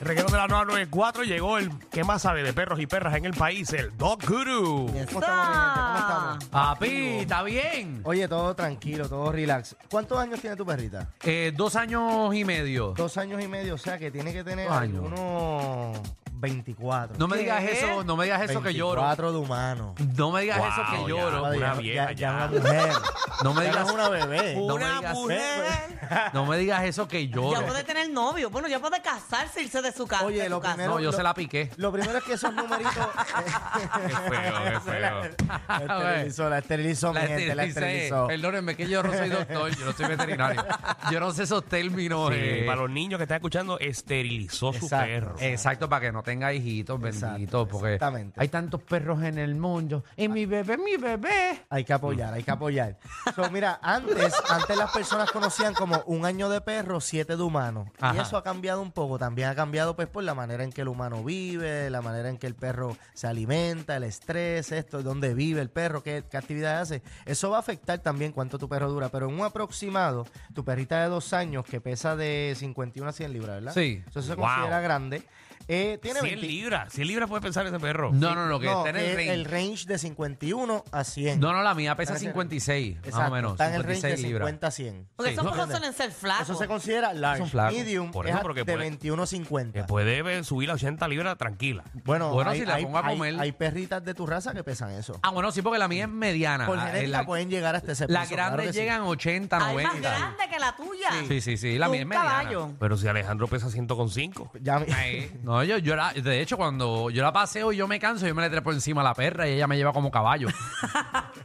El reguero de la 994 llegó el que más sabe de perros y perras en el país, el Dog Guru. ¿Cómo estamos, mi gente? ¿Cómo estamos? Papi, está bien. Oye, todo tranquilo, todo relax. ¿Cuántos años tiene tu perrita? Eh, dos años y medio. Dos años y medio, o sea que tiene que tener Dos años. unos 24. No me digas eso, no me digas eso que lloro. 24 de humano. No me digas Wow, eso que ya, lloro. una ya, vieja, ya- ya ya. una mujer. No me Ya no pues, digas es una bebé. No me digas, no me digas eso que lloro. Ya puede tener novio. Bueno, ya puede casarse, irse de su casa. Oye, de su lo casa. primero- No, yo se la piqué. Lo primero es que esos numeritos. Qué feo, eh. qué feo. la esterilizó, la esterilizó, mi gente, la esterilicé. esterilizó. Perdónenme que yo no soy doctor, yo no soy veterinario. Yo no sé esos términos. Sí, eh, Para los niños que están escuchando, esterilizó su Exacto. perro. Exacto, Eh, para que no tenga hijitos, Exacto, benditos, porque exactamente. hay tantos perros en el mundo. Y mi bebé, mi bebé. Hay que apoyar, hay que apoyar. So, mira, antes, antes las personas conocían como un año de perro, siete de humano. Y Ajá. eso ha cambiado un poco. También ha cambiado pues por la manera en que el humano vive, la manera en que el perro se alimenta, el estrés, esto, dónde vive el perro, qué, qué actividad hace. Eso va a afectar también cuánto tu perro dura. Pero en un aproximado, tu perrita de dos años que pesa de 51 a 100 libras, ¿verdad? Sí. Eso se Wow. considera grande. Eh, tiene 100 20 libras, 100 libras puede pensar ese perro. No, no, no, que No, está en el que range. el range de 51 a 100. No, no, la mía pesa Está en ese- 56, más Exacto, o menos. Está en el range de 56 libras. 50 a 100. Porque Sí, esos no, perros no, no. suelen ser flacos. Eso se considera large. Son flacos. Medium Por es eso, porque de puede- 21 a 50. Que puede subir a 80 libras tranquila. Bueno, Bueno, hay, si la hay- pongo a hay- comer. Hay, perritas de tu raza que pesan eso. Ah, bueno, sí, porque la mía es mediana. Por Ah, genética la- pueden llegar hasta ese peso. las claro grandes que sí. llegan 80, Hay más 90. grande que la tuya. Sí, sí, sí, la Un mía es mediana. caballo. Pero si Alejandro pesa 105. Ya me- Ay, No, yo, yo la- de hecho, cuando yo la paseo y yo me canso, yo me le trepo encima a la perra y ella me lleva como caballo.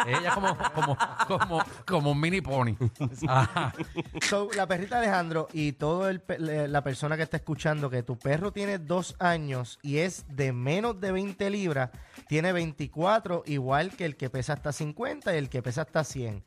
ella es como, como, como, como un mini pony. Ah, Ajá. So, la perrita Alejandro y todo el pe- le- la persona que está escuchando que tu perro tiene dos años y es de menos de 20 libras, tiene 24 igual que el que pesa hasta 50 y el que pesa hasta 100.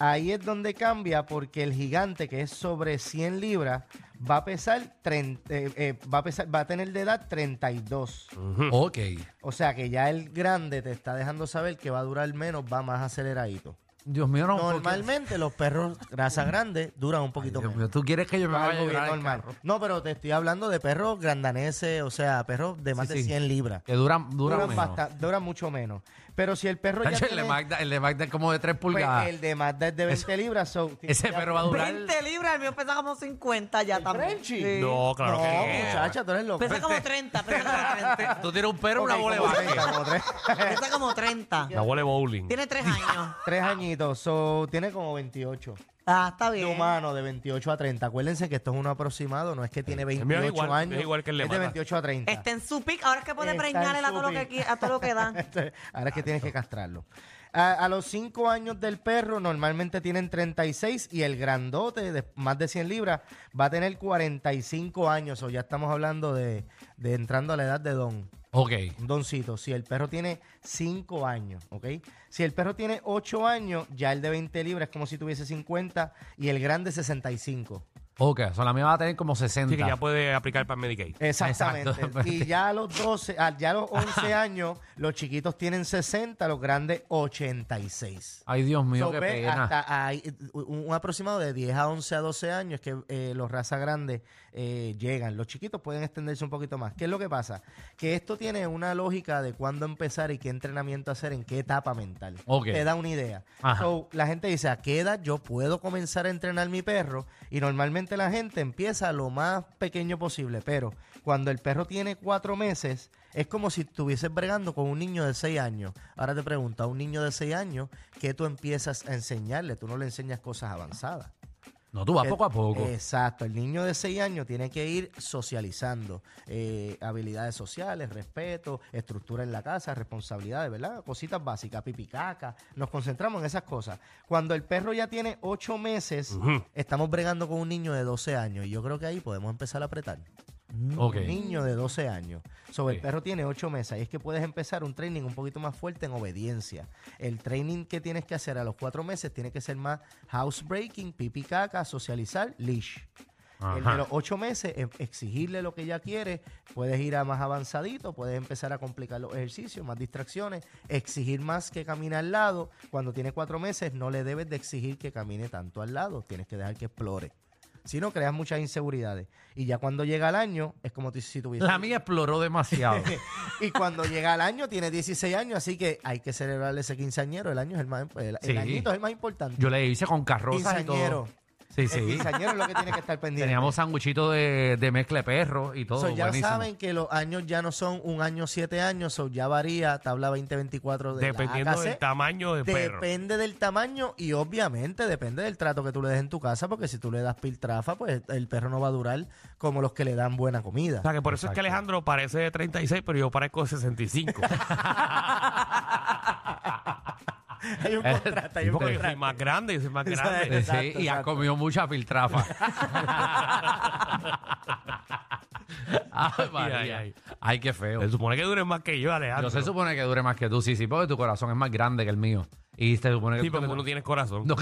Ahí es donde cambia porque el gigante que es sobre 100 libras va a pesar 30, eh, eh, va a pesar va a tener de edad 32. ok. O sea que ya el grande te está dejando saber que va a durar menos, va más aceleradito. Dios mío, no. porque- Normalmente los perros raza grande duran un poquito Dios menos. mío, tú quieres que yo me vaya a Algo bien llorar al normal. carro? No, pero te estoy hablando de perros grandaneses, o sea, perros de más Sí, de sí. 100 libras. Que duran, duran, Duran, menos. basta- duran mucho menos. Pero si el perro ya Tacho, el, tiene, de Magda, el de Magda es como de 3 pues, pulgadas. el de Mazda es de 20 libras, so- Ese ya- perro va a durar. 20 libras, el mío pesa como 50 ya también. Frenchie. Sí. No, claro no, que muchacha, tú eres loco. Pesa como 30, pesa como 30. Tú tienes un perro, Ok, una bola de como básquet. 30, como tres- Pesa como 30. La huele bowling. Tiene 3 años. tres añitos, so, tiene como 28. Ah, está De bien. humano, de 28 a 30. Acuérdense que esto es un aproximado, no es que tiene El mío es 28 igual, años. es igual que el de es de Mazda. 28 a 30. Está en su pic. Ahora es que puede Está en preñarle a su todo, lo pic. que, qui- a todo lo que da. Este, Ahora es que tienes que castrarlo. A, a los 5 años del perro normalmente tienen 36 y el grandote de más de 100 libras va a tener 45 años. O ya estamos hablando de, de entrando a la edad de don. Ok. Un doncito. Si el perro tiene 5 años, ¿ok? Si el perro tiene 8 años, ya el de 20 libras es como si tuviese 50 y el grande 65. Ok, o sea, la mía va a tener como 60. Así que ya puede aplicar para el Medicaid. Exactamente. Exacto. Y ya a los 12, ah, ya a los 11 años, los chiquitos tienen 60, los grandes 86. Ay, Dios mío, So, qué ve, pena. hasta ahí, eh, un, un aproximado de 10 a 11 a 12 años que eh, los razas grandes eh, llegan. Los chiquitos pueden extenderse un poquito más. ¿Qué es lo que pasa? Que esto tiene una lógica de cuándo empezar y qué entrenamiento hacer en qué etapa mental. Ok. Te da una idea. Ajá. So, la gente dice, ¿a qué edad yo puedo comenzar a entrenar mi perro? Y normalmente la gente empieza lo más pequeño posible, pero cuando el perro tiene cuatro meses, es como si estuvieses bregando con un niño de seis años. Ahora te pregunto, a un niño de seis años, ¿qué tú empiezas a enseñarle? Tú no le enseñas cosas avanzadas. No, tú vas que- poco a poco. eh, Exacto, el niño de 6 años tiene que ir socializando, eh, habilidades sociales, respeto, estructura en la casa, responsabilidades, ¿verdad? Cositas básicas, pipicaca, nos concentramos en esas cosas. Cuando el perro ya tiene 8 meses, estamos bregando con un niño de 12 años y yo creo que ahí podemos empezar a apretar. Ok. Un niño de 12 años. Sobre Sí. el perro tiene 8 meses. Y es que puedes empezar un training un poquito más fuerte en obediencia. El training que tienes que hacer a los 4 meses tiene que ser más housebreaking, pipi caca, socializar, leash. El Ajá. de los 8 meses, em- exigirle lo que ya quiere. Puedes ir a más avanzadito, puedes empezar a complicar los ejercicios, más distracciones, exigir más que camine al lado. Cuando tiene 4 meses, no le debes de exigir que camine tanto al lado. Tienes que dejar que explore. Si no, creas muchas inseguridades. Y ya cuando llega el año, es como ti- si tuviese. La mía exploró demasiado. Y cuando llega el año, tiene 16 años, así que hay que celebrarle ese quinceañero. El año es el más. El, el Sí. añito es el más importante. Yo le hice con carrozas y quinceañero. todo. Sí, El sí. quinceañero es lo que tiene que estar pendiente. Teníamos sanguchito de, de mezcle perro y todo. So, ya buenísimo. saben que los años ya no son un año, siete años, so, ya varía, tabla 2024 de la Dependiendo AKC. del tamaño del perro. Depende del tamaño y obviamente depende del trato que tú le des en tu casa, porque si tú le das piltrafa, pues el perro no va a durar como los que le dan buena comida. O sea, que por eso es que Alejandro parece de 36, pero yo parezco de 65. hay un contrato, hay un Porque yo soy contrato. más grande, yo soy más grande. Eh, sí, Exacto, y ha exacto. comido mucha filtrafa. ay, Ay, Ah, María. ay. Ay, qué feo. Eh, Se supone que dure más que yo, Alejandro. Yo se supone que dure más que tú, sí, sí, porque tu corazón es más grande que el mío. Y se supone que Sí, tú- pero tú no tienes corazón.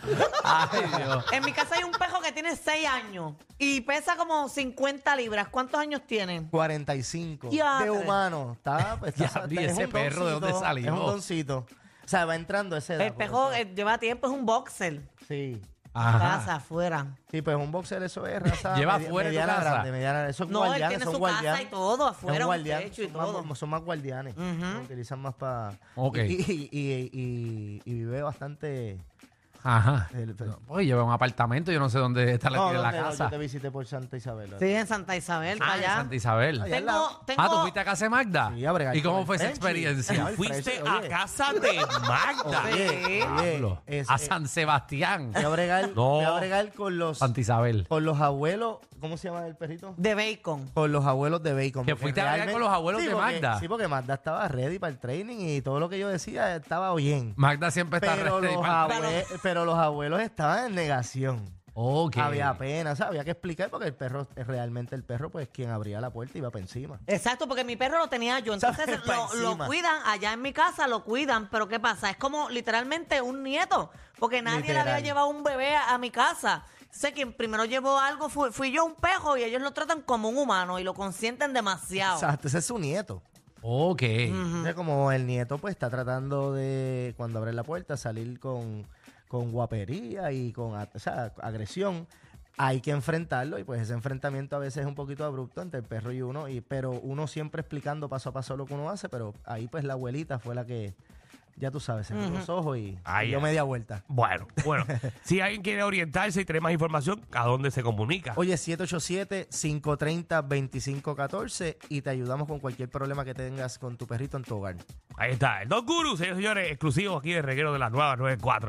No. Ay, Dios. En mi casa hay un pejo que tiene 6 años y pesa como 50 libras. ¿Cuántos años tiene? 45 de Diadre. humano. Está, pues, está- Diadre, está- es ese un perro, ¿de dónde doncito, salió? Es un doncito. O sea, va entrando ese El pejo eh, lleva tiempo, es un boxer. Sí. Casa afuera. Sí, pues un boxer eso es raza. Lleva fuera de tu mediana casa. grande, mediana- eso es No, él guardianes, tiene son su casa guardianes. y todo, afuera, Son un guardianes, techo y son más- todo. son más guardianes. Lo utilizan más para. Ok. Y, y, y- y- y vive bastante. Ajá. El- No, porque lleva un apartamento, yo no sé dónde está la, Eh, pues. No, tiene la ¿dónde no? casa. Yo te visité por Santa Isabel. Sí, en Santa Isabel, para Ah, en allá. Santa Isabel. Allá al lado. Tengo, tengo... Ah, ¿tú fuiste a casa de Magda? Sí, a bregar ¿Y cómo con fue el esa Frenchie. experiencia? Ay, Fuiste Oye. a casa de Magda. Oye, Diablo. oye, es- a es- San Sebastián. Voy a bregar, No. voy a bregar con los Santa Isabel. con los abuelos. ¿Cómo se llama el perrito? De bacon. Con los abuelos de Bacon. Que porque fuiste a bregar realmente- con los abuelos Sí, de porque- Magda. Sí, porque Magda estaba ready para el training y todo lo que yo decía estaba bien. Magda siempre está Pero ready los, para- abue- pero los abuelos estaban en negación. Ok. Había pena, o sea, había que explicar porque el perro, realmente el perro, pues quien abría la puerta iba para encima. Exacto, porque mi perro lo tenía yo. Entonces ¿Sabes? Pa' lo, lo encima. cuidan allá en mi casa, lo cuidan. Pero ¿qué pasa? Es como literalmente un nieto, porque nadie Literal. le había llevado un bebé a, a mi casa. Sé quien primero llevó algo fui, fui yo, un pejo, y ellos lo tratan como un humano y lo consienten demasiado. Exacto, ese es su nieto. Ok. Entonces, como el nieto, pues está tratando de, cuando abre la puerta, salir con, con guapería y con a- o sea, agresión. Hay que enfrentarlo y pues ese enfrentamiento a veces es un poquito abrupto entre el perro y uno, y, pero uno siempre explicando paso a paso lo que uno hace, pero ahí pues la abuelita fue la que, ya tú sabes, cerró los ojos y, Ay, y dio ay. media vuelta. Bueno, bueno. si alguien quiere orientarse y tener más información, ¿a dónde se comunica? Oye, 787-530-2514 y te ayudamos con cualquier problema que tengas con tu perrito en tu hogar. Ahí está, el Don Guru, señores y señores, exclusivo aquí de Reguero de las Nuevas 94.